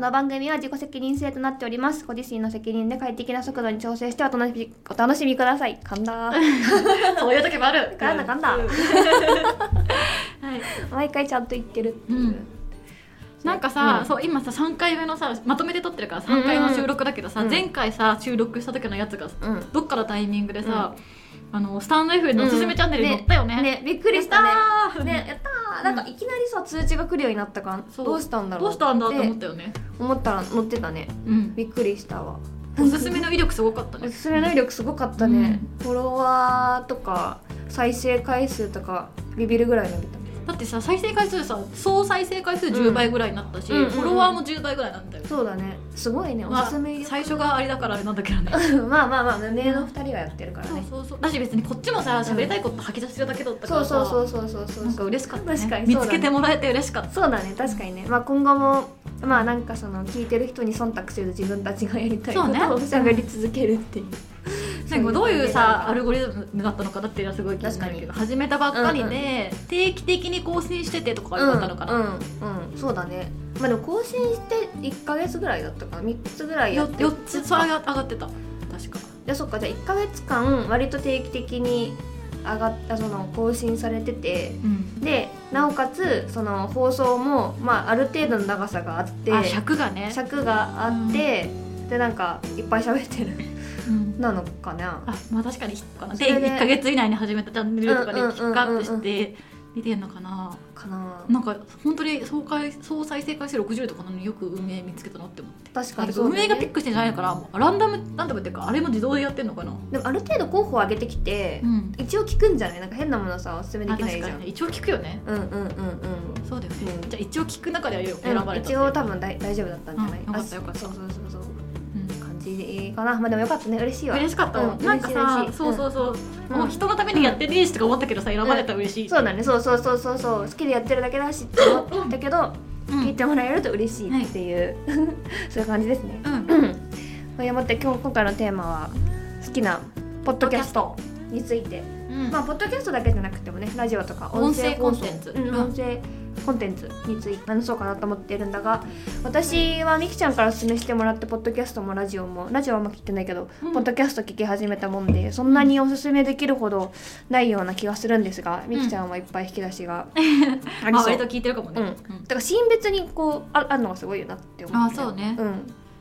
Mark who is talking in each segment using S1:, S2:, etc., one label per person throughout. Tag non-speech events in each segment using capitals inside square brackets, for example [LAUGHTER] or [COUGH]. S1: の番組は自己責任制となっておりますご自身の責任で快適な速度に調整してお楽しみお楽しみください噛んだ
S2: [LAUGHS] そういう時もある
S1: [LAUGHS] 噛んだ噛んだ
S2: うはい
S1: 毎回ちゃんと言ってるっていう、
S2: うんなんかさ、
S1: うん
S2: そう今さ3回目のさまとめて撮ってるから3回の収録だけどさ、
S1: うんうん
S2: 前回さ収録した時のやつが
S1: うん
S2: どっかのタイミングでさ、あのスタンド F のおすすめチャンネルに
S1: うん
S2: 載ったよね,、
S1: ねびっくりしたね
S2: やったー
S1: ねやったーなんかいきなりさ通知が来るようになったから
S2: そう
S1: どうしたんだろう
S2: どうしたんだって思っ
S1: で
S2: たよね、
S1: 思ったら乗ってたね
S2: うん、
S1: びっくりしたわ
S2: おすすめの威力すごかった
S1: お
S2: ね
S1: すすめ能力すごかったね、フォロワーとか再生回数とかビビるぐらい伸びた
S2: だってさ再生回数さ総再生回数10倍ぐらいになったし、
S1: うん
S2: フォロワーも10倍ぐらいなんだよ、
S1: そうだねすごいねお
S2: ますあ
S1: すめ入れ
S2: 最初があれだからあれなんだけどね
S1: [LAUGHS] まあまあまあ無名の2人がやってるから
S2: そう
S1: ね
S2: そうそうだし別にこっちもさ喋りたいこと吐き出してるだけだったか
S1: そ
S2: ら
S1: う
S2: さ
S1: そうそうそうそうそう
S2: なんか嬉しかったね
S1: 確かに
S2: 見
S1: そう
S2: つ
S1: だね
S2: けてもらえて嬉しかった
S1: そうだね確かにね、まあ、今後もまあなんかその聞いてる人に忖度せず自分たちがやりたいこと
S2: そうね
S1: を喋り続けるっていうそ
S2: なんかどういう
S1: 感
S2: さ
S1: じ
S2: アルゴリズムだったのかなっていうのはすごい気になるけど始めたばっかりで、定期的に更新しててとかが良かったのかな、
S1: うんうん、うん、そうだねまあでも更新して1か月ぐらいだったかな3つぐらいや
S2: よ
S1: って
S2: 4つそう上が上がってた確か
S1: でそっかじゃあ1か月間割と定期的に上がったその更新されてて
S2: うん
S1: でなおかつその放送も、まあ、ある程度の長さがあって
S2: あ尺がね、
S1: 尺があって、でなんかいっぱい喋ってる [LAUGHS]
S2: うん
S1: なのかな
S2: あまあ確かにかな
S1: そ
S2: で
S1: れで
S2: 1か月以内に始めたチャンネルとかでピ
S1: うんうんうんうんうん
S2: ックアップして見てんのかな
S1: かな
S2: なんか本当に総回総再生回数60とかなのによく運営見つけたなって思って
S1: 確かにそうだ
S2: 運
S1: ね
S2: 営がピックしてんじゃないのからもうランダムランダムっていうかあれも自動でやってんのかな
S1: でもある程度候補を上げてきて
S2: う、ん
S1: 一応聞くんじゃないなんか変なものさおすすめで
S2: あ
S1: きな
S2: 確
S1: いじ
S2: か
S1: ゃん、
S2: にね一応聞くよね
S1: うんうんうんうん
S2: そうだよね、
S1: うん
S2: じゃあ一応聞く中では選ばれた
S1: 一応多分大大丈夫だったんじゃない、
S2: うんよかったよかった
S1: あそうそうそうそう
S2: う
S1: 感じでいいかなまあでもよかったね嬉しい
S2: ん
S1: わ
S2: 嬉しかったわ、
S1: うん
S2: なん
S1: 嬉
S2: か
S1: しい
S2: さ
S1: 嬉しい
S2: そうそうそう、
S1: うん
S2: もう人のためにやってねえしとか思ったけどさ選ばれたら嬉しい、
S1: そうだねそうそうそうそうそう好きでやってるだけだしって思ったけど
S2: うん
S1: 聞いてもらえると嬉しいっていう、そういう感じですね
S2: うん
S1: というもって今日今回のテーマは好きなポッドキャストについて、
S2: うん
S1: まあポッドキャストだけじゃなくてもねラジオとか
S2: 音声
S1: 放送
S2: コンテンツ
S1: うん
S2: うん
S1: 音声コンテンツについて話そうかなと思っているんだが私はみきちゃんからお勧めしてもらってポッドキャストもラジオもラジオはあんま聞いてないけど、
S2: うん
S1: ポッドキャスト聞き始めたもんでそんなにおすすめできるほどないような気がするんですがみきちゃんはいっぱい引き出し [LAUGHS] があり
S2: まあ
S1: そう、
S2: 割と聞いてるかもね、
S1: うんだから新別にこうああるのがすごいよなって思って
S2: あそうね
S1: うん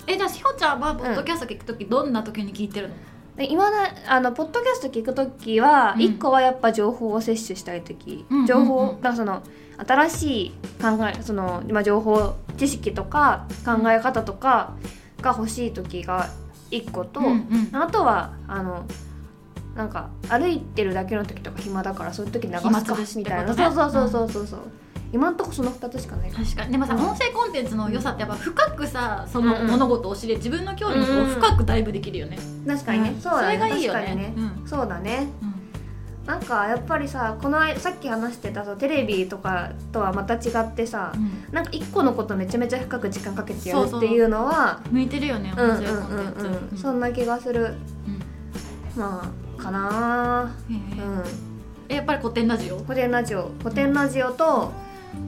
S2: えじゃあしほちゃんはポッドキャスト聞くときどんなときに聞いてるの、
S1: いまだあのポッドキャスト聞くときは、
S2: うん
S1: 一個はやっぱ情報を摂取したいとき、
S2: うん
S1: 情報、
S2: うんうん
S1: だからその新しい考えその、まあ、情報知識とか考え方とかが欲しいときが一個と、
S2: うんうん
S1: あとはあのなんか歩いてるだけの時とか暇だからそういう時流すか
S2: 暇つぶしっ
S1: み
S2: て
S1: た
S2: こ
S1: い
S2: と
S1: な、
S2: ね
S1: そうそうそうそうそう、今んとこその2つしかない
S2: 確かにでもさ、
S1: うん
S2: 音声コンテンツの良さってやっぱ深くさそ
S1: うん
S2: の
S1: うん
S2: 物事を知り自分の興味
S1: う
S2: を
S1: んうん
S2: 深くダイブできるよね、
S1: 確かにね、
S2: うん
S1: そうだね
S2: それがいいよね
S1: 確かにね、
S2: う
S1: そうだね
S2: うん
S1: なんかやっぱりさこの間さっき話してたさテレビとかとはまた違ってさ
S2: うん
S1: なんか一個のことめちゃめちゃ深く時間かけてや
S2: そ
S1: る
S2: うそう
S1: っていうのは
S2: 向いてるよね音
S1: うんうん
S2: 声
S1: う
S2: コン
S1: ん
S2: テン
S1: うん
S2: ツ
S1: そんな気がする
S2: うん
S1: まあかな
S2: へ
S1: あう
S2: え
S1: ん
S2: えやっぱり古典ラジオ
S1: 古典ラジオ古典ラジオと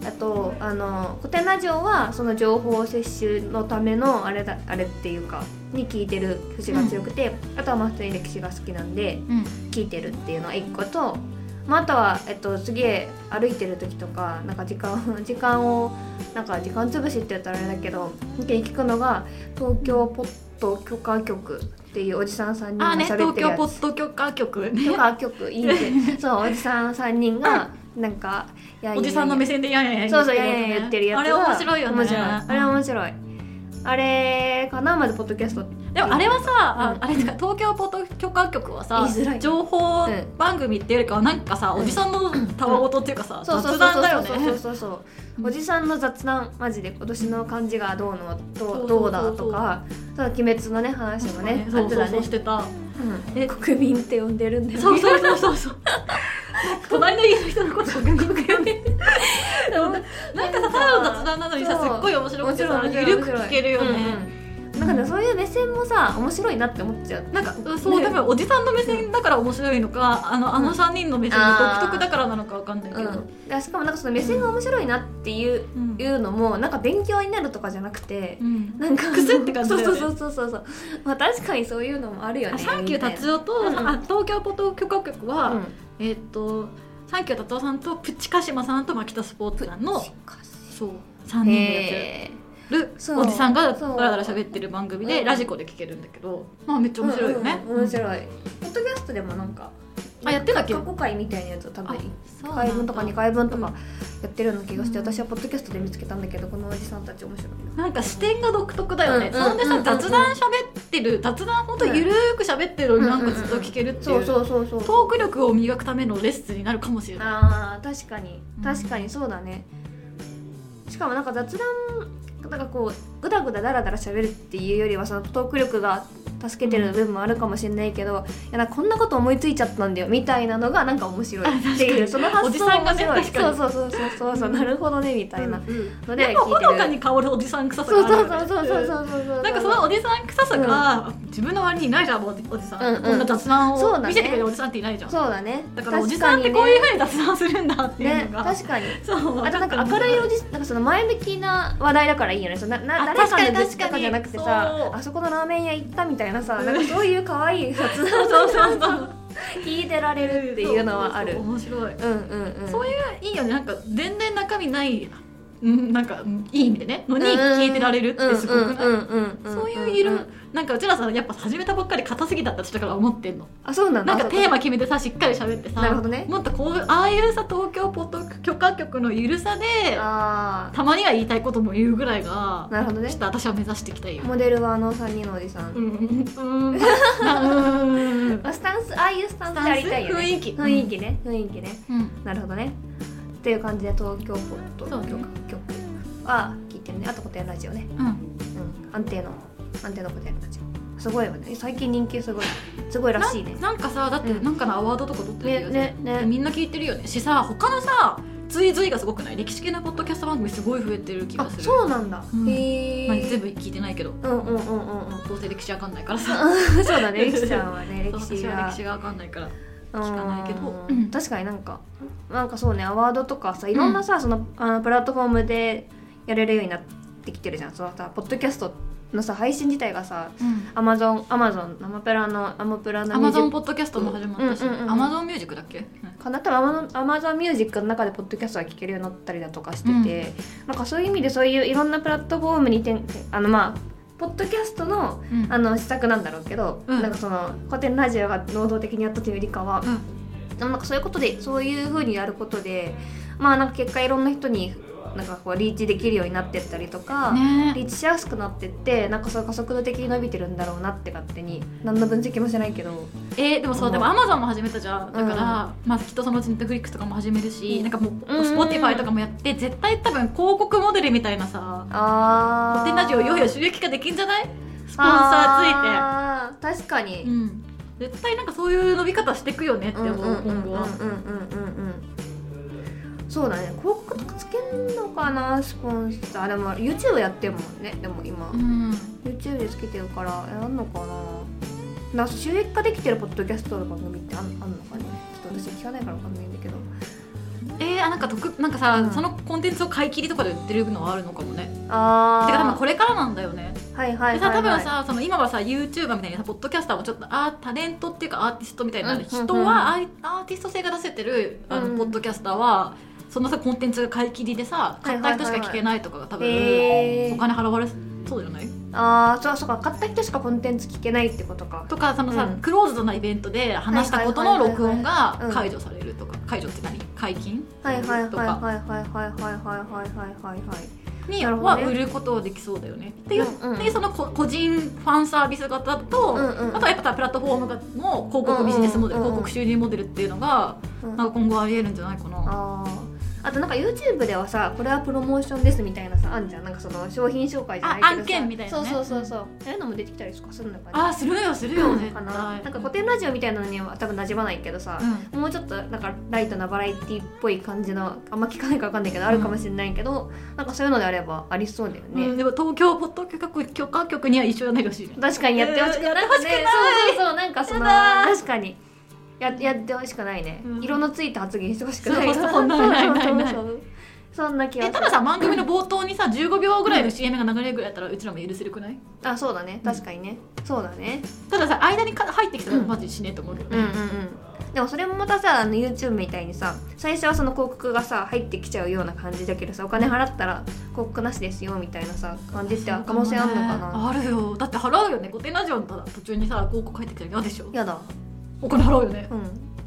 S1: あとあの古典ラジオはその情報摂取のためのあれだあれっていうかに聞いてる節が強くて、あとはまあ普通に歴史が好きなんで
S2: うん
S1: 聞いてるっていうのは一個と、まあ、あとは、えっと、すげえ歩いてる時とかなんか時間時間を [LAUGHS] なんか時間潰しって言ったらあれだけど一気に聞くのが東京ポッド許可局っていうおじさん3人
S2: あ
S1: が
S2: ーね
S1: 喋っ
S2: 東
S1: てる
S2: 京
S1: や
S2: ポ
S1: つ。
S2: ッド許可局ね
S1: 許可局いいねそうおじさん3人がなんかいやいやいや
S2: [LAUGHS] おじさんの目線でやんやんやん
S1: そうそういやいやいや言ってるやつ
S2: あれ
S1: は
S2: 面白いよね
S1: 面白いあれ面白いあれかなまずポッドキャストって
S2: でもあれはさ、あ
S1: うん
S2: あれってか東京ポッド許可局はさ
S1: 言いづらい
S2: 情報
S1: うん
S2: 番組っていうよりかはなんかさ、
S1: うん
S2: おじさんのたわごとっていうかさ、
S1: そうそう
S2: 雑
S1: そうそう
S2: 談だよ
S1: そうそう
S2: ね
S1: そうそう
S2: うん
S1: おじさんの雑談マジで今年の漢字がどうのど
S2: そうう
S1: ど
S2: そうそうそう
S1: うだとかそう鬼滅のね話もね
S2: そうそう
S1: あって
S2: そうしてた、
S1: たね
S2: え
S1: うん国民って呼んでるんだよね
S2: そうそうそうそうそう。隣の家の人のこと国民よね。なんかさ、ただの雑談なのにさ、
S1: そ
S2: す
S1: う
S2: っごい面白くてさ、
S1: 面白い
S2: ゆるく聞けるよね。
S1: うんうんなんかねそういう目線もさ面白いなって思っちゃう
S2: なんかうんそう、
S1: ね
S2: 多分おじさんの目線だから面白いのかあのあの3人の目線が独特だからなのかわかんないけど、
S1: うん、でしかもなんかその目線が面白いなっていう,、
S2: うん
S1: いうのもなんか勉強になるとかじゃなくて、
S2: うん
S1: なんか
S2: くすって感じだよね
S1: そうそうそうそうそうまあ確かにそういうのもあるよ
S2: あ
S1: ね
S2: サンキュー達夫と、
S1: うん
S2: あ東京ポト許可局
S1: 夫
S2: は、
S1: うん、
S2: えーっとサンキュー達夫さんとプチカシマさんと牧田スポーツさんの
S1: しかし
S2: そう3人でや
S1: へ
S2: ってる
S1: そう
S2: おじさんが
S1: そう
S2: ダラダラ喋ってる番組
S1: う
S2: で
S1: ん
S2: ラジコで聞けるんだけどまあめっち
S1: ー
S2: ゃ面白いよね、
S1: うんうん面白いポッドキャストでもなんか
S2: あやってたっけ
S1: 過去回みたいなやつを多分1
S2: そうなんだ
S1: 回分とか2回分とかやってるような気がして、
S2: うん
S1: 私はポッドキャストで見つけたんだけどこのおじさんたち面白いな
S2: なんか視点が独特だよね、
S1: うんうん
S2: そんで
S1: うん
S2: さ
S1: うん
S2: 雑談喋ってる雑談ほんとゆるーく喋ってるのになんかずっと聞けるってい
S1: そう
S2: うト
S1: そうそうそう
S2: ーク力を磨くためのレッスンになるかもしれない
S1: あー確かに
S2: うん
S1: 確かにそうだね、しかもなんか雑談なんかこうぐだぐだだらだら喋るっていうよりはそのトーク力が助けてる部分もあるかもしれないけど、いやなんかこんなこと思いついちゃったんだよみたいなのがなんか面白いっていうその発想
S2: おじさん
S1: が
S2: が
S1: 面
S2: ね
S1: 白い、
S2: 確か
S1: そうそ
S2: に
S1: うそうそうそうそうなるほどねみたいなので
S2: で
S1: 聞いてる、
S2: もほのかに香るおじさん臭さ
S1: そう
S2: がある
S1: そ
S2: よ
S1: う
S2: ね
S1: そうそうそうそうそうそう
S2: なんかそのおじさん臭さが自分の割にいないじゃんおじおじさん、
S1: うんうん
S2: こんな雑談
S1: そうだ
S2: を
S1: ね
S2: 見せてくれるおじさんっていないじゃんだ
S1: そうだね
S2: からおじさんってこういうふうに雑談するんだって
S1: ね
S2: いう
S1: ね
S2: のが、
S1: 確かに
S2: そう
S1: あとなんか明るいおじなんかその前向きな話題だからいいよねそのなな
S2: あ
S1: 誰
S2: 確か
S1: か
S2: に
S1: の愚痴とかじゃなくてさ
S2: 確かにそう
S1: あそこのラーメン屋行ったみたいなさなんかそういう可愛い
S2: [LAUGHS]
S1: 雑
S2: そう
S1: 談
S2: そうそうそう
S1: 聞いてられるっていうのはある
S2: そううそうそう面白い
S1: んうんうん
S2: そう
S1: いう
S2: いいよねなんか全然中身ないうんなんかうんいい意味でねのに聞いてられるってすごくない、そういういるなんかうちらさやっぱ始めたばっかり硬すぎだったってだから思ってんの
S1: あそうなんだ
S2: なんかテーマ決めてさしっかり喋ってさ
S1: なるほどね
S2: もっとこうああいうさ東京ポッド許可局のゆるさで
S1: あ
S2: たまには言いたいことも言うぐらいが
S1: あなるほど
S2: ちょ
S1: ね
S2: っと私は目指していきたいよ。
S1: モデルはあの3人のおじさん、
S2: うんうん [LAUGHS] うんなうん
S1: まあスタンスああいうスタンスでありたいよね
S2: 雰囲気
S1: 雰囲気ね雰囲気ね
S2: うん
S1: なるほどねっていう感じで東京ポッド
S2: そうね
S1: 曲曲は聞いてるねあとことやラジオね
S2: うん
S1: うん、安定の安定のことやるたちすごいよね最近人気すごいすごいらしいね
S2: なんかさだってなんかのアワードとか取ってる
S1: ねね
S2: よ
S1: ね
S2: みんな聞いてるよねしさ他のさ追随がすごくない歴史系のポッドキャスト番組すごい増えてる気
S1: あ
S2: がする
S1: そうなんだ、
S2: うん
S1: へえ、
S2: まあ全部聞いてないけど
S1: うんうんうんうんうん
S2: どうせ歴史わかんないからさ
S1: そうだ
S2: [LAUGHS]
S1: ね、歴史ちゃんはね、歴
S2: そう
S1: 史
S2: 私は
S1: が
S2: 歴。史がわかんないから
S1: うん
S2: かないけど
S1: うん確かになんか、なんかそうね、アワードとかさ、いろんなさ、その、あのプラットフォームで。やれるようになってきてるじゃん、そのさ、ポッドキャストのさ、配信自体がさ。アマゾン、アマゾン、アマプラの、アマプラの。
S2: アマゾンポッドキャストも始まったし
S1: うんうんうんうん
S2: アマゾンミュージックだっけ
S1: かな多分アマアマゾンミュージックの中でポッドキャストが聴けるようになったりだとかしてて、なんかそういう意味でそういういろんなプラットフォームにてあのまあポッドキャストの
S2: うん
S1: あの施策なんだろうけど、
S2: うん
S1: なんかその古典ラジオが能動的にやったというよりかは、
S2: うん
S1: でもなんかそういうことでそういうふうにやることでまあなんか結果いろんな人になんかこうリーチできるようになってったりとか。
S2: ね
S1: リーチしやすくなってってなんかそう加速度的に伸びてるんだろうなって勝手に何の分析もしてないけど
S2: えーでもそうでもアマゾンも始めたじゃんだから、
S1: うん
S2: まあきっとそのうちネットフリックスとかも始めるし、
S1: うん
S2: なんかもう
S1: うん
S2: スポティファイとかもやって絶対多分広告モデルみたいなさ
S1: ああ
S2: コテラジオいよいよ収益化できんじゃないスポンサー
S1: ーついて確かに
S2: ついて、うん、絶対なんかそういう伸び方していくよねって
S1: うん
S2: 思
S1: うん
S2: う、
S1: うんうんうん
S2: 今後は、
S1: うんうんそうだね広告とかつけんのかなスポンサーでも YouTube やってるもんねでも今、
S2: うん、
S1: YouTube でつけてるからやんのかななんか収益化できてるポッドキャストの番組ってあんあんのかねちょっと私聞かないからわかんないんだけど
S2: えー、あなんか特なんかさ、
S1: うん
S2: そのコンテンツを買い切りとかで売ってるのはあるのかもね
S1: ああ
S2: てか多分これからなんだよね
S1: はいはいはい、はい、
S2: でさ多分さその今はさ YouTuber みたいにさポッドキャスターもちょっとあータレントっていうかアーティストみたいな
S1: うん
S2: 人
S1: うんうん
S2: はアーアーティスト性が出せてるあの、
S1: うん
S2: ポッドキャスターはそのさコンテンツが買い切りでさ
S1: はいは
S2: 買
S1: いはいは
S2: った
S1: い
S2: 人しか聞けないとかが多分、
S1: へー
S2: お金払われそうじゃない
S1: ああそうそうか買った人しかコンテンツ聞けないってことか
S2: とかそのさ、
S1: うん
S2: クローズドなイベントで話したことの録音が解除されるとか解除って何解禁
S1: はいはいはい
S2: と
S1: はい
S2: か
S1: はいはいはいはいはいはいはい
S2: に
S1: なるほど
S2: は
S1: ね
S2: 売ることはできそうだよね。っていう、
S1: うんうん
S2: でそのこ個人ファンサービス型と、
S1: うんうん
S2: あとはやっぱプラットフォームがの広告ビジネスモデル、
S1: うんうんうんうん
S2: 広告収入モデルっていうのが
S1: うん
S2: なんか今後ありえるんじゃないかな。
S1: あーあとなんか YouTube ではさこれはプロモーションですみたいなさあんじゃんなんかその商品紹介じゃないけどさ
S2: あ案件みたいなね
S1: そうそうそうそうああいうのも出てきたりとかするのかな
S2: あーするよするよ絶
S1: か
S2: 対
S1: ななんか古典ラジオみたいなのには多分なじまないけどさ、
S2: うん
S1: もうちょっとなんかライトなバラエティっぽい感じのあんま聞かないから分かんないけどあるかもしれないけど、なんかそういうのであればありそうだよね、
S2: うん、でも東京ポッド許可局許可局には一緒じゃないでほしいね
S1: 確かにやってほしくない、
S2: やってほしくない
S1: そうそうそうなんかその
S2: やだ
S1: 確かにややってほしくないね、
S2: うん
S1: 色のついた発言してほしくない
S2: そうそうないないない
S1: [LAUGHS]
S2: ない
S1: そうそうそうそんな気が
S2: え
S1: す
S2: た
S1: る
S2: ださ番組の冒頭にさ15秒ぐらいの CM が流れるぐらいだったらうちらも許せるくない
S1: あそうだね確かにね、そうだね
S2: たださ間にか入ってきたらマジ死ねえと思うけど
S1: うんうんう
S2: ね、
S1: んでもそれもまたさあの YouTube みたいにさ最初はその広告がさ入ってきちゃうような感じだけどさお金払ったら広告なしですよみたいなさ感じって可能性あんのかな
S2: あるよだって払うよね「御殿ラジオ」のただ途中にさ広告入ってきたら嫌でしょ
S1: やだ
S2: お金払うよね
S1: うん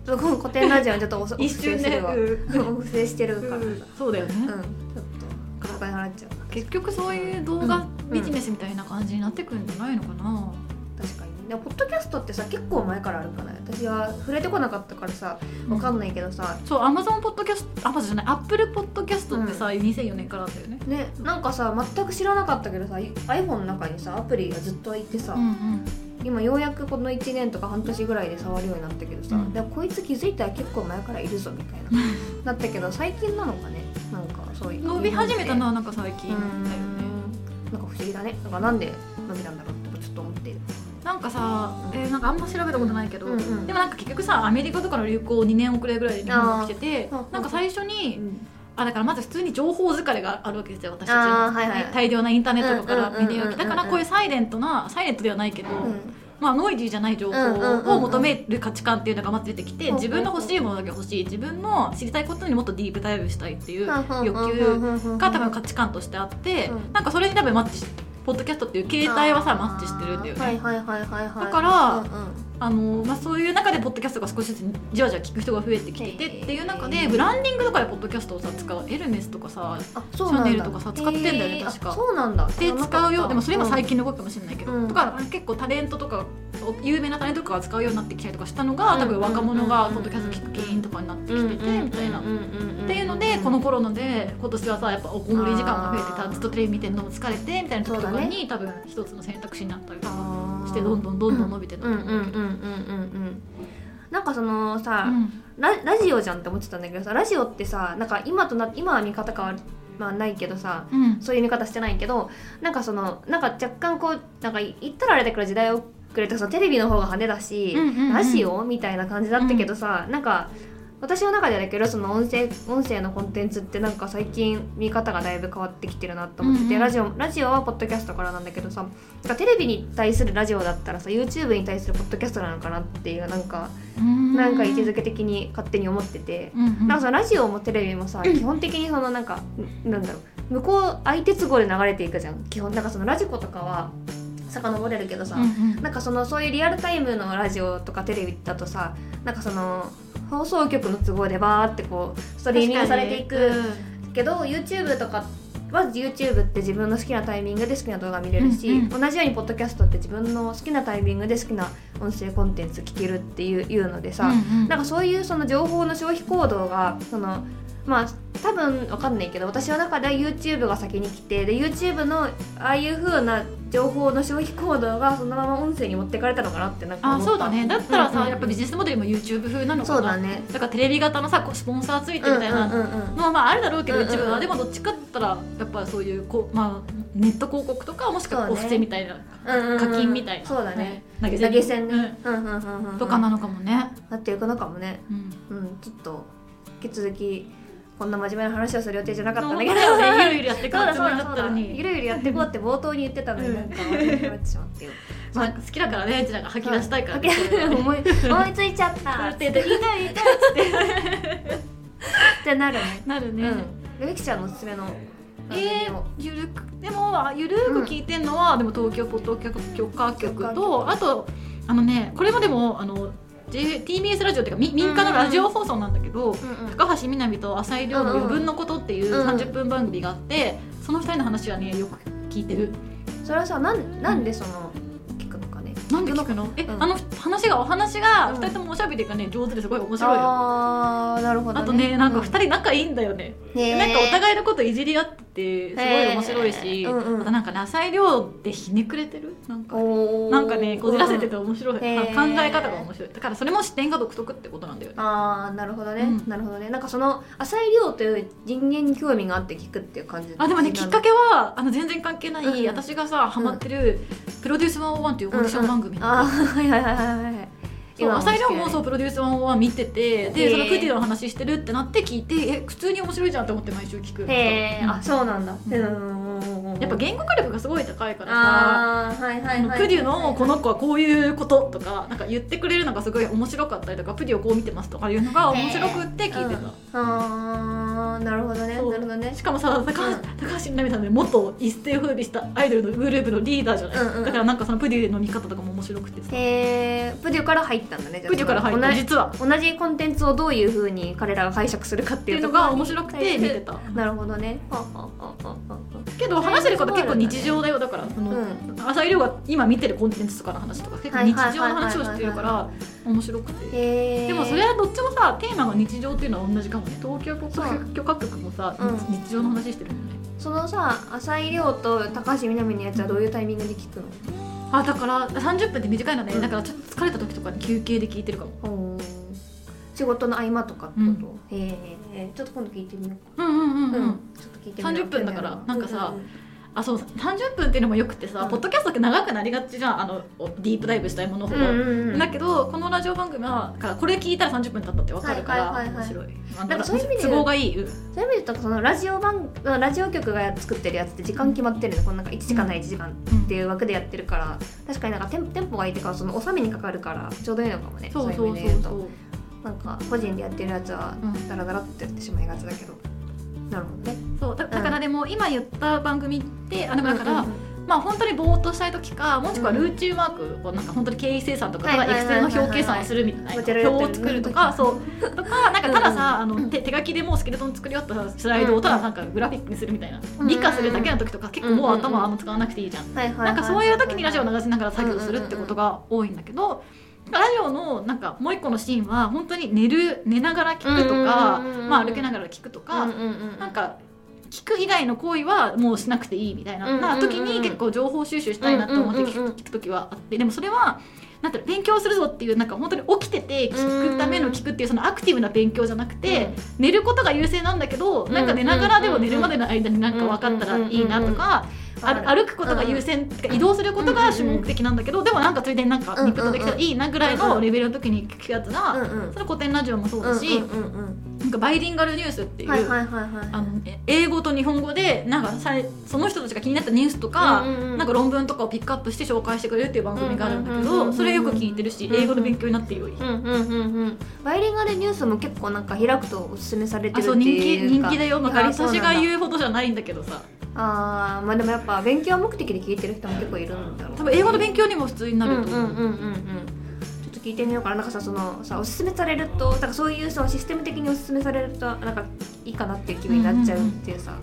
S1: そこ古典ラジオにちょっとお
S2: 一瞬で、
S1: お布施するわ [LAUGHS] お布施してるからさ
S2: そうだよね、
S1: うんちょっとお金払っちゃう
S2: 結局そういう動画ビジネスみたいな感じになってくるんじゃないのかな、
S1: 確かにでもポッドキャストってさ結構前からあるかな私は触れてこなかったからさわかんないけどさ、
S2: そうアマゾンポッドキャストアマゾンじゃないアップルポッドキャストってさ、2004年からあったよね
S1: ねなんかさ全く知らなかったけどさ iPhone の中にさアプリがずっといてさ、
S2: うんうん
S1: 今ようやくこの1年とか半年ぐらいで触るようになったけどさ、
S2: うん
S1: でもこいつ気づいたら結構前からいるぞみたいななったけど最近なのかねなんかそういう
S2: 伸び始めたの
S1: な
S2: はなんか最近
S1: う
S2: だよ
S1: ん
S2: ね
S1: なんか不思議だねなんかなんで伸びたんだろうってちょっと思ってる
S2: なんかさ、
S1: うん
S2: えーなんかあんま調べたことないけど、
S1: うんうん
S2: でもなんか結局さアメリカとかの流行2年遅れぐらいで日本が来てて
S1: あー
S2: なんか最初に、
S1: ん、
S2: あだからまず普通に情報疲れがあるわけですよ私たち
S1: あーはいはい
S2: 大量なインターネットとかから見て
S1: う
S2: るわけ
S1: んうんうんうんうん
S2: だからこういうサイレントなサイレントではないけど、
S1: うん
S2: まあ、ノイジーじゃない情報
S1: うんうんうんうん
S2: を求める価値観っていうのがまず出てきて
S1: うんうんうん
S2: 自分の欲しいものだけ欲しい自分の知りたいことにもっとディープダイブしたいっていう欲求
S1: 求
S2: が多分価値観としてあって、
S1: うん
S2: なんかそれに多分マッチしポッドキャストっていう形態はさマッチしてるんだよね。
S1: はいはいはいはいはい
S2: だから
S1: うんうん
S2: あのまあ、そういう中でポッドキャストが少しずつじわじわ聞く人が増えてきて
S1: へー
S2: てっていう中でブランディングとかでポッドキャストをさ使うエルメスとかさ
S1: あそうなんだ
S2: シャネルとかさ使ってんだよね
S1: へー
S2: 確か
S1: あそうなんだ
S2: で使うよでもそれ今最
S1: 近
S2: 近の動きかもしれないけど、
S1: うん
S2: とか結構タレントとか有名なタレントとかが使うようになってきたりとかしたのが、
S1: うん
S2: 多分若者が
S1: うん
S2: ポッドキャスト聞く原因とかになってきててみたいな。っていうのでこのコロナで今年はさやっぱおこもり時間が増えて
S1: あー
S2: たずっとテレビ見てるのも疲れてみたいな時と
S1: そう
S2: か
S1: だ
S2: に、
S1: ね
S2: 多分一つの選択肢になったりとかしてどんどんどんどん伸びてった
S1: うんうんうんうんうんうんなんかそのさ、ララジオじゃんって思ってたんだけどさラジオってさなんか今とな今は見方変わまあないけどさ
S2: うんうん
S1: そういう見方してないけどなんかそのなんか若干こうなんか言ったらあれだから時代遅れてさテレビの方が派手だし、
S2: うんうんうん
S1: ラジオみたいな感じだったけどさ、なんか私の中でだけどその音声音声のコンテンツってなんか最近見方がだいぶ変わってきてるなと思ってて、
S2: うんうん
S1: ラジオラジオはポッドキャストからなんだけどさなんかテレビに対するラジオだったらさ YouTube に対するポッドキャストなのかなっていうなんか、なんか位置づけ的に勝手に思ってて。
S2: うんうん
S1: なんかそのラジオもテレビもさ基本的にそのなんかなんだろう向こう相手都合で流れていくじゃん基本なんかそのラジコとかは遡れるけどさ、
S2: うんうん
S1: なんかそのそういうリアルタイムのラジオとかテレビだとさなんかその放送局の都合でバーってこうストリーミングされてい
S2: 確
S1: く
S2: かに
S1: けど YouTube とかは YouTube って自分の好きなタイミングで好きな動画見れるし、
S2: うんうん
S1: 同じようにポッドキャストって自分の好きなタイミングで好きな音声コンテンツ聞けるっていういうのでさ、
S2: うんうん
S1: なんかそういうその情報の消費行動がそのまあ多分わかんないけど私の中では YouTube が先に来てで YouTube のああいう風な情報の消費行動がそのまま音声に持ってかれたのかなってなんか
S2: あ
S1: 思った
S2: そうだねだったらさ、
S1: うんうん
S2: やっぱビジネスモデルも YouTube 風なの
S1: そ
S2: か
S1: うだ
S2: な
S1: ね
S2: だからテレビ型のさこうスポンサーついてみたいな
S1: うんうんうんうん
S2: のはまああるだろうけど、
S1: うんうんうん
S2: YouTube はでもどっちかって言ったらやっぱそういうこう、まあ、ネット広告とかもしくは
S1: そう
S2: お
S1: ね
S2: 布施みたいな、
S1: うんうんうん
S2: 課金みたいな
S1: そうだね
S2: 投げ
S1: 投げ銭
S2: う
S1: ね
S2: ん
S1: うんうんうんうん
S2: とかなのかもね、
S1: なっていくのかもね
S2: うん、
S1: うんちょっと引き続きこんな真面目な話をする予定じゃなかったん
S2: 本
S1: だ
S2: 当
S1: けど
S2: だよねゆるゆるやって
S1: そ
S2: いうくの
S1: だ
S2: つ
S1: そ
S2: も
S1: う
S2: り
S1: だそ
S2: だっ
S1: う
S2: たの
S1: だ
S2: に
S1: ゆるゆるやっていこうって冒頭に言ってたのになんかなってしまってよ
S2: まあ、好きだからねうちらが吐き出したいから、
S1: 吐き出思い思いついちゃっ
S2: そ
S1: た
S2: う
S1: っ
S2: って言って言いたい言いたい
S1: てなるね。
S2: [LAUGHS] なる
S1: う
S2: ね、
S1: ん。ゆきちゃんのおすすめの。
S2: え
S1: なん
S2: ー
S1: か、
S2: ゆるくでもゆるく聞いてんのは、でも東京ポッドキャ許
S1: 許可
S2: 可局
S1: 局
S2: とあとあのねこれもでもあの、J、TBS ラジオっていうかみ民間のラジオ放送なんだけど、
S1: でもうんうん。
S2: 高橋みなみと浅井亮の「余分のこと」っていう
S1: うんうん
S2: 30分番組があって、その2人の話はねよく聞いてる
S1: それはさ、なん、なんでその。聞くのかね。
S2: なんで聞くのえ、
S1: うん
S2: あの話がお話が
S1: うん
S2: 2人ともおしゃべりがね上手ですごい面白いよ
S1: ああなるほど、ね、
S2: あとねなんか
S1: 二
S2: 2人仲いいんだよね、
S1: ね
S2: なんかお互いのこといじり合っててすごい面白いし、
S1: えーうんうん
S2: またなんかね浅い量でひねくれてるなんか
S1: おー
S2: なんかねこじらせてて面白い、
S1: へー
S2: 考え方が面白いだからそれも視点が独特ってことなんだよね
S1: ああなるほどね、
S2: うん
S1: なるほどねなんかその浅井亮という人間に興味があって聞くっていう感じ
S2: あでもねきっか
S1: け
S2: けはあの全然関係ない、
S1: うん
S2: 私がさハマってる「プロデュース101」っていうオーディション番組
S1: ああ
S2: な
S1: ー
S2: の、
S1: はいはいはいはいはい
S2: そう浅井亮もそうう「プロデュース101」見てて
S1: へー
S2: でそのクティの話してるってなって聞いてえ普通に面白いじゃんと思って毎週聞く
S1: へえ、
S2: うん
S1: あそうなんだ、
S2: うん
S1: うん、
S2: やっぱ言語化力がすごい高いからさ
S1: ああはいはい
S2: あ
S1: はい
S2: の
S1: はい
S2: プデュのこの子はこういうこととかなんか言ってくれるのがすごい面白かったりとかプデュをこう見てますとかいうのが面白くって聞いてた、
S1: ああなるほどねなる
S2: そう
S1: ほどね
S2: しかもさ高橋,、
S1: うん
S2: 高橋みなみさんね元一世風靡したアイドルのグループのリーダーじゃない、
S1: うんうん
S2: だからなんかそのプデュの見方とかも面白くてさ
S1: へえプデュから入ったんだねじゃあ
S2: プデュから入った
S1: 同じ
S2: 実はっ
S1: 同じコンテンツをどういうふうに彼らが解釈するかって
S2: て
S1: い
S2: いう
S1: と
S2: うの
S1: ころ
S2: が
S1: に
S2: 面白くて見てた
S1: なるほどねはあはあはあはあはあ
S2: けど話してること結構日常だよだからその、
S1: う
S2: 浅井亮が今見てるコンテンツとかの話とか結構日常の話をしてるから面白くて。
S1: へえ
S2: でもそれはどっちもさテーマが日常っていうのは同じかもね東京国
S1: そう
S2: 許可局もさ、
S1: う
S2: 日常の話してるもんね
S1: そのさ浅井亮と高橋みなみのやつはどういうタイミングで聞くの
S2: あだから30分って短いのね、
S1: うん
S2: だからちょっと疲れた時とかに休憩で聞いてるかも
S1: おー仕事の合間とかってこと、へえちょっと今度聞いてみよ
S2: うんうんう
S1: う、
S2: んうん
S1: ちょっと聞いてみよう
S2: 30分だからなんかさ
S1: うう
S2: あそう30分っていうのもよくてさ、
S1: うん
S2: ポッドキャストって長くなりがちじゃんあのディープダイブしたいものほ
S1: う
S2: ど、
S1: んうんうん
S2: だけどこのラジオ番組はからこれ聞いたら30分経ったってわかるから、
S1: はいはいはいはい
S2: 面白い
S1: んかそういう意味で
S2: 都合がいい、うん
S1: そういう意味で言うとそのラジオ番ラジオ局が作ってるやつって時間決まってるのこのなんか1時間ない1時間っていう枠でやってるから確かになんかテンテンポがいいっていうかその収めにかかるからちょうどいいのかもね
S2: そ
S1: い
S2: うそ
S1: う意
S2: そ
S1: 味で言
S2: う
S1: う
S2: そ
S1: と
S2: う
S1: なんか個人でやってるやつは
S2: うん
S1: ダラダラってやってしまいがちだけどなるほどね
S2: そうだだからでも今言った番組ってあでもだから、
S1: うんうん
S2: まあ本当にぼーっとしたい時かもしくはルーチューマークをなんか本当に経費生産とか
S1: はいは
S2: ただ
S1: いはいは
S2: エ
S1: い
S2: クセルの表計算をするみたいな
S1: こちら
S2: 表
S1: やってるね
S2: を作るとかそうとかなんかたださあ
S1: うんうん
S2: の手手書きでもうスケルトン作りよったスライドをただなんかグラフィックにするみたいな理科するだけの時とか結構もう頭あんま使わなくていいじゃん
S1: うんはいはいはい
S2: なんかそういう時にラジオを流しながら作業するってことが多いんだけどラジオのなんかもう一個のシーンは本当に寝る寝ながら聞くとか
S1: うんうんうんうん
S2: まあ歩きながら聞くとか
S1: うんうんうん
S2: なんか聞く以外の行為はもうしなくていいみたいな,、
S1: うんうんうん
S2: な時に結構情報収集したいなと思って
S1: う
S2: 聞く,、
S1: んうんうんうん
S2: 聞く時はあってでもそれはなんていうの勉強するぞっていうなんか本当に起きてて聞くための聞くっていうそのアクティブな勉強じゃなくて、寝ることが優先なんだけど、
S1: ん
S2: なんか寝ながらでも寝るまでの間になんか分かったらいいな
S1: うんう
S2: とか、
S1: んうんうん
S2: ある歩くことが優先、てか移動することが主目的なんだけど、でもなんかついでになんかリクとできたらいいなぐらいのレベルの時に聞くやつが、
S1: うんうん
S2: それ古典ラジオもそうだし、
S1: うんうんうん
S2: なんかバイリンガルニュースっていう。
S1: はいはいはいはい
S2: あのえ英語と日本語でなんかさいその人たちが気になったニュースとか、
S1: うんうんうん
S2: なんか論文とかをピックアップして紹介してくれるっていう番組があるんだけ
S1: うんうんうんうんう
S2: ど
S1: ん
S2: それよく聞いてるし
S1: うんうん
S2: 英語の勉強になっているより、
S1: うんうんうんうんバイリンガルニュースも結構なんか開くとおすすめされて
S2: あ
S1: る
S2: そう
S1: って
S2: 人気
S1: いう
S2: 人
S1: か
S2: 気だよまあ
S1: あ
S2: 仮
S1: そうな
S2: 差
S1: ん
S2: し
S1: だ
S2: が言うほどじゃないんだけどさ
S1: あーまあでもやっぱ勉強目的で聞いてる人も結構いるんだろう
S2: 多分英語の勉強にも普通にな
S1: うん
S2: る
S1: う
S2: と
S1: ん
S2: 思
S1: う
S2: う、
S1: んうんうんちょっと聞いてみようかななんかさそのさおすすめされるとなんかそういうそのシステム的におすすめされるとなんかいいかなっていう気分になっちゃうっていうさ、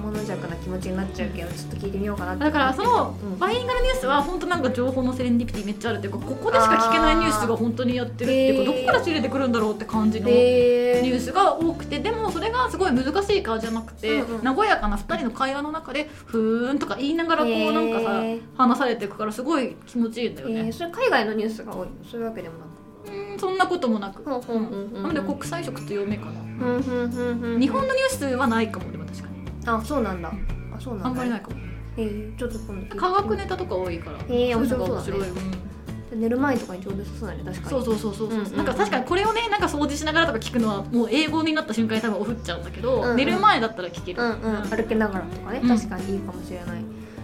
S1: 物弱な気持ちになっちゃうけどちょっと聞いてみようかなって
S2: だからその
S1: うん
S2: バイリンガルニュースは本当なんか情報のセレンディピティめっちゃあるっていうかここでしか聞けないニュースが本当にやってるっていうか
S1: あー
S2: どこから仕入れてくるんだろうって感じの
S1: へ
S2: ニュー
S1: ス
S2: スが多くてでもそれがすごい難しい顔じゃなくて、
S1: うんうん
S2: 和やかな2人の会話の中で「ふーん」とか言いながらこうなんかさ、
S1: へー
S2: 話されていくからすごい気持ちいいんだよ
S1: えー、
S2: ね、
S1: それ海外のニュースが多いのそういうわけでもなく
S2: うんそんなこともなく、
S1: ほうほうほうほう
S2: なので国際色強めかな、
S1: ふんふんふんふん
S2: 日本のニュースはないかもでも確かに
S1: あそうなんだあそうなんだ、
S2: あんまりないいかも
S1: えー、ちょっと今度聞いてみよう
S2: 科学ネタとか多いから、
S1: ー面白そうだね
S2: そういうのが面白い、うん
S1: 寝る前とかにちょうど良さそうだね確かに
S2: そうそうそうそう,、
S1: うんうんうん
S2: なんか確かにこれをねなんか掃除しながらとか聞くのはもう英語になった瞬間に多分オフっちゃうんだけど、
S1: うんうん
S2: 寝る前だったら聞ける、
S1: うんうん、歩きながらとかね、
S2: うん
S1: 確かにいいかもしれない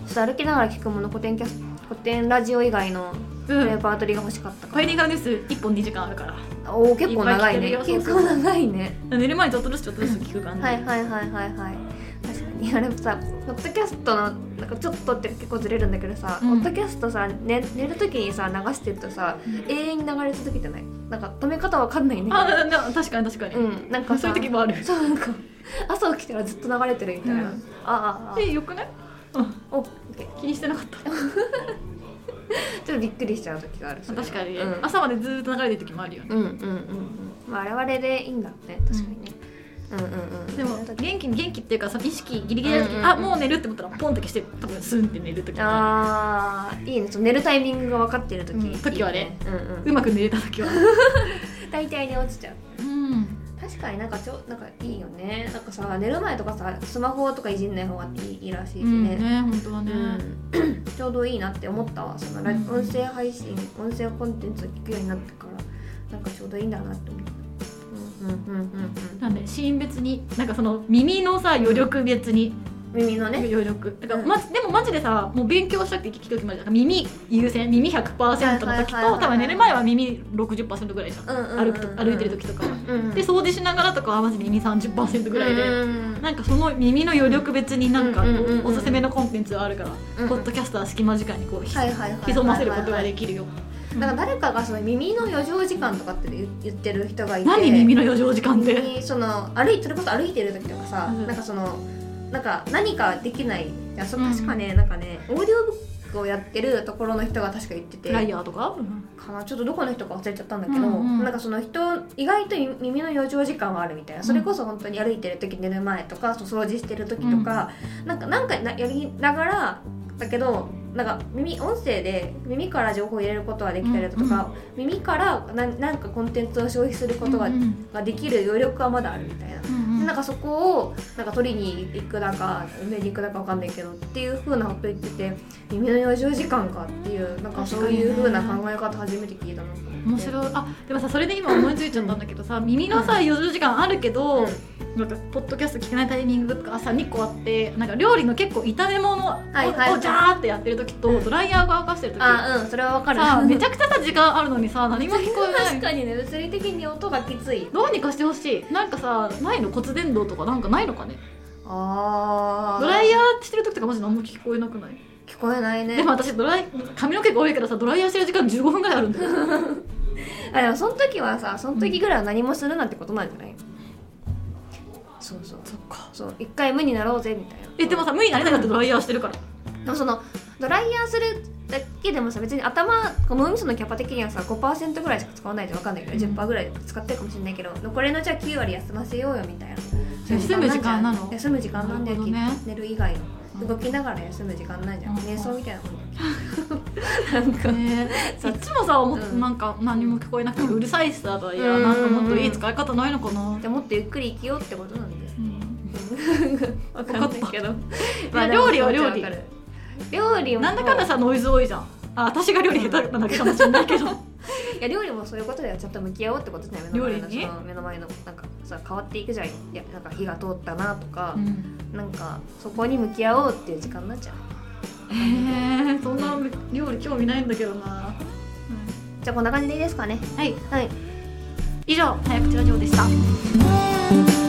S1: ちょっと歩きながら聞くもの古典キャス古典ラジオ以外の
S2: うん
S1: レパートリーが欲しかったか
S2: バ
S1: ら、
S2: イリンガルニュース1本2時間あるから
S1: おお結構長い
S2: い
S1: ね
S2: っぱい聞けるよ
S1: 結構長いね
S2: 寝る前にちょっとずつちょっとずつ聞く感じ、
S1: はいはいはいはいはい確かにあれもさポッドキャストのなんかちょっとって結構ずれるんだけどさ、
S2: うん
S1: ポッドキャストさ、ね、寝る時にさ流してるとさ
S2: うん
S1: 永遠に流れ続けてないなんか止め方わかんないね
S2: あでも確かに確かに、
S1: うんなんかさ
S2: そういう時もある
S1: そうなんか朝起きたらずっと流れてるみたいな、あ
S2: うん
S1: あああ
S2: えよくないあ
S1: おオッケー [LAUGHS]
S2: 気にしてなかった
S1: ちょょっとびっくりしちゃう時があるそれは
S2: 確かに、
S1: うん
S2: 朝までずーっと流れてる時もあるよね、
S1: うんうんうんうんまあ我々でいいんだろうね確かにね、うん、うんうんうん
S2: でも
S1: そういう時
S2: 元気元気っていうかさ意識ギリギリだけ、
S1: うんうんうん
S2: あもう寝るって思ったらポンって消して多分スンって寝る時もあ
S1: あーいいねその寝るタイミングが分かってる時、
S2: うん時はね
S1: いいうん
S2: る
S1: う
S2: うんまく寝れた時は
S1: 大体ね落ちちゃう
S2: うん
S1: 確かになんかちょなんかいいよねなんかさ寝る前とかさスマホとかいじんない方がいいいいらしいし
S2: うん
S1: ね、
S2: ね本当はね、
S1: うん、 [CLEARS THROAT] ちょうどいいなって思ったわそのラ
S2: うん
S1: 音声配信音声コンテンツを聞くようになってからなんかちょうどいいんだなって思ったうんうんうんうん
S2: なんでシーン別になんかその耳のさ余力別に
S1: 耳のね
S2: 余力だから、
S1: うん
S2: まじ、でもマジでさもう勉強したって聞く時もあるじゃん耳優先耳100%の時
S1: はいはいはいは
S2: と
S1: い
S2: 多分寝る前は耳60%ぐらいじゃん,、
S1: うんうんうんうん
S2: 歩くと歩いてる時とかは、
S1: うん
S2: で掃除しながらとかはマジで耳30%ぐらいで、
S1: うん
S2: なんかその耳の余力別になんか
S1: うんうんうんうん
S2: おすすめのコンテンツはあるから、
S1: うん
S2: ポッドキャスター隙間時間にこうひ
S1: はいはいはいはい
S2: 潜ませることができるよ。
S1: なんか誰かがその耳の余剰時間とかって言言ってる人がいて
S2: 何耳の余剰時間で
S1: にその歩いそれこそ歩いてる時とかさ、
S2: うん
S1: なんかそのなんか何かできないいやそ
S2: うんうん
S1: 確かね、なんかねオーディオブックをやってるところの人が確か言ってて
S2: ライヤーとか、
S1: かなちょっとどこの人か忘れちゃったんだけど、
S2: うんうん
S1: なんかその人意外と耳の余剰時間はあるみたいなそれこそ本当に歩いてる時寝る前とかそう掃除してる時とか、なんかなんかなやりながらだけどなんか耳音声で耳から情報を入れることはできたりだとか、耳からななんかコンテンツを消費することが,、
S2: うんうん
S1: ができる余力はまだあるみたいな。
S2: うんうん
S1: なんかそこをなんか取りに行くだか埋めに行くだかわかんないけどっていう風なこと言ってて耳の余剰時間かっていうなんかそういう風な考え方初めて聞いたの
S2: 面白いあでもさそれで今思いついちゃったんだけどさ耳のさ余剰時間あるけど、なんかポッドキャスト聞けないタイミングとか朝2個あってなんか料理の結構炒め物を
S1: いはい
S2: をジャーってやってる時とドライヤーが乾かしてる時さ
S1: あうんそれはわかる [LAUGHS]
S2: あめちゃくちゃさ時間あるのにさ何も聞こえない
S1: 確かにね物理的に音がきつい
S2: どうにかしてほしいなんかさないの骨伝導とかなんかないのかね
S1: あ
S2: ドライ
S1: ヤ
S2: ヤーしてる時とかマジ何も聞こえなくない
S1: ー聞こえないね
S2: でも私ドライ髪の毛が多いからさドライヤーしてる時間15分ぐらいあるん
S1: [LAUGHS]
S2: だよ
S1: あでもその時はさその時ぐらいは何もするなんてことなんじゃない、そうそう
S2: そっか
S1: そう一回無になろうぜみたいな
S2: えでもさ無理になれなかったドライヤーしてるから
S1: でもそのドライヤーするだけでもさ別に頭この脳みそのキャパ的にはさ5%ぐらいしか使わないじゃんわかんないけど10%ぐらい使ってるかもしれないけど残りのじゃあ9割休ませようよみたいなそういう
S2: 休む時間なの
S1: じゃん休む時間なんだよ、
S2: なるほどね
S1: きっと寝る以外
S2: うん
S1: の動きながら休む時間ないじゃん
S2: うん
S1: 瞑想みたいなもんだよなんか
S2: ね
S1: そ
S2: え
S1: う
S2: いつもさ、思っ
S1: うん
S2: なんか何も聞こえなくてうるさいしさドライヤ
S1: う
S2: ー
S1: ん
S2: なんかもっといい使い方ないのかな
S1: でもっとゆっくり生きようってことなんで
S2: うん
S1: わかんないけど [LAUGHS]
S2: まあ料理は
S1: でも
S2: 料理
S1: わかる料理も
S2: なんだかんださノイズ多いじゃんあ私が料理下手なだけかもしれない [LAUGHS] けど
S1: いや料理もそういうことでちゃんと向き合おうってことだよ目の前の
S2: 料理に
S1: その目の前のなんかさ変わっていくじゃんいやなんか火が通ったなとか
S2: う、ん
S1: なんかそこに向き合おうっていう時間になっちゃう
S2: へえそんな料理興味ないんだけどな
S1: じゃあこんな感じでいいですかね
S2: はい
S1: はい
S2: 以上早口ラジオでした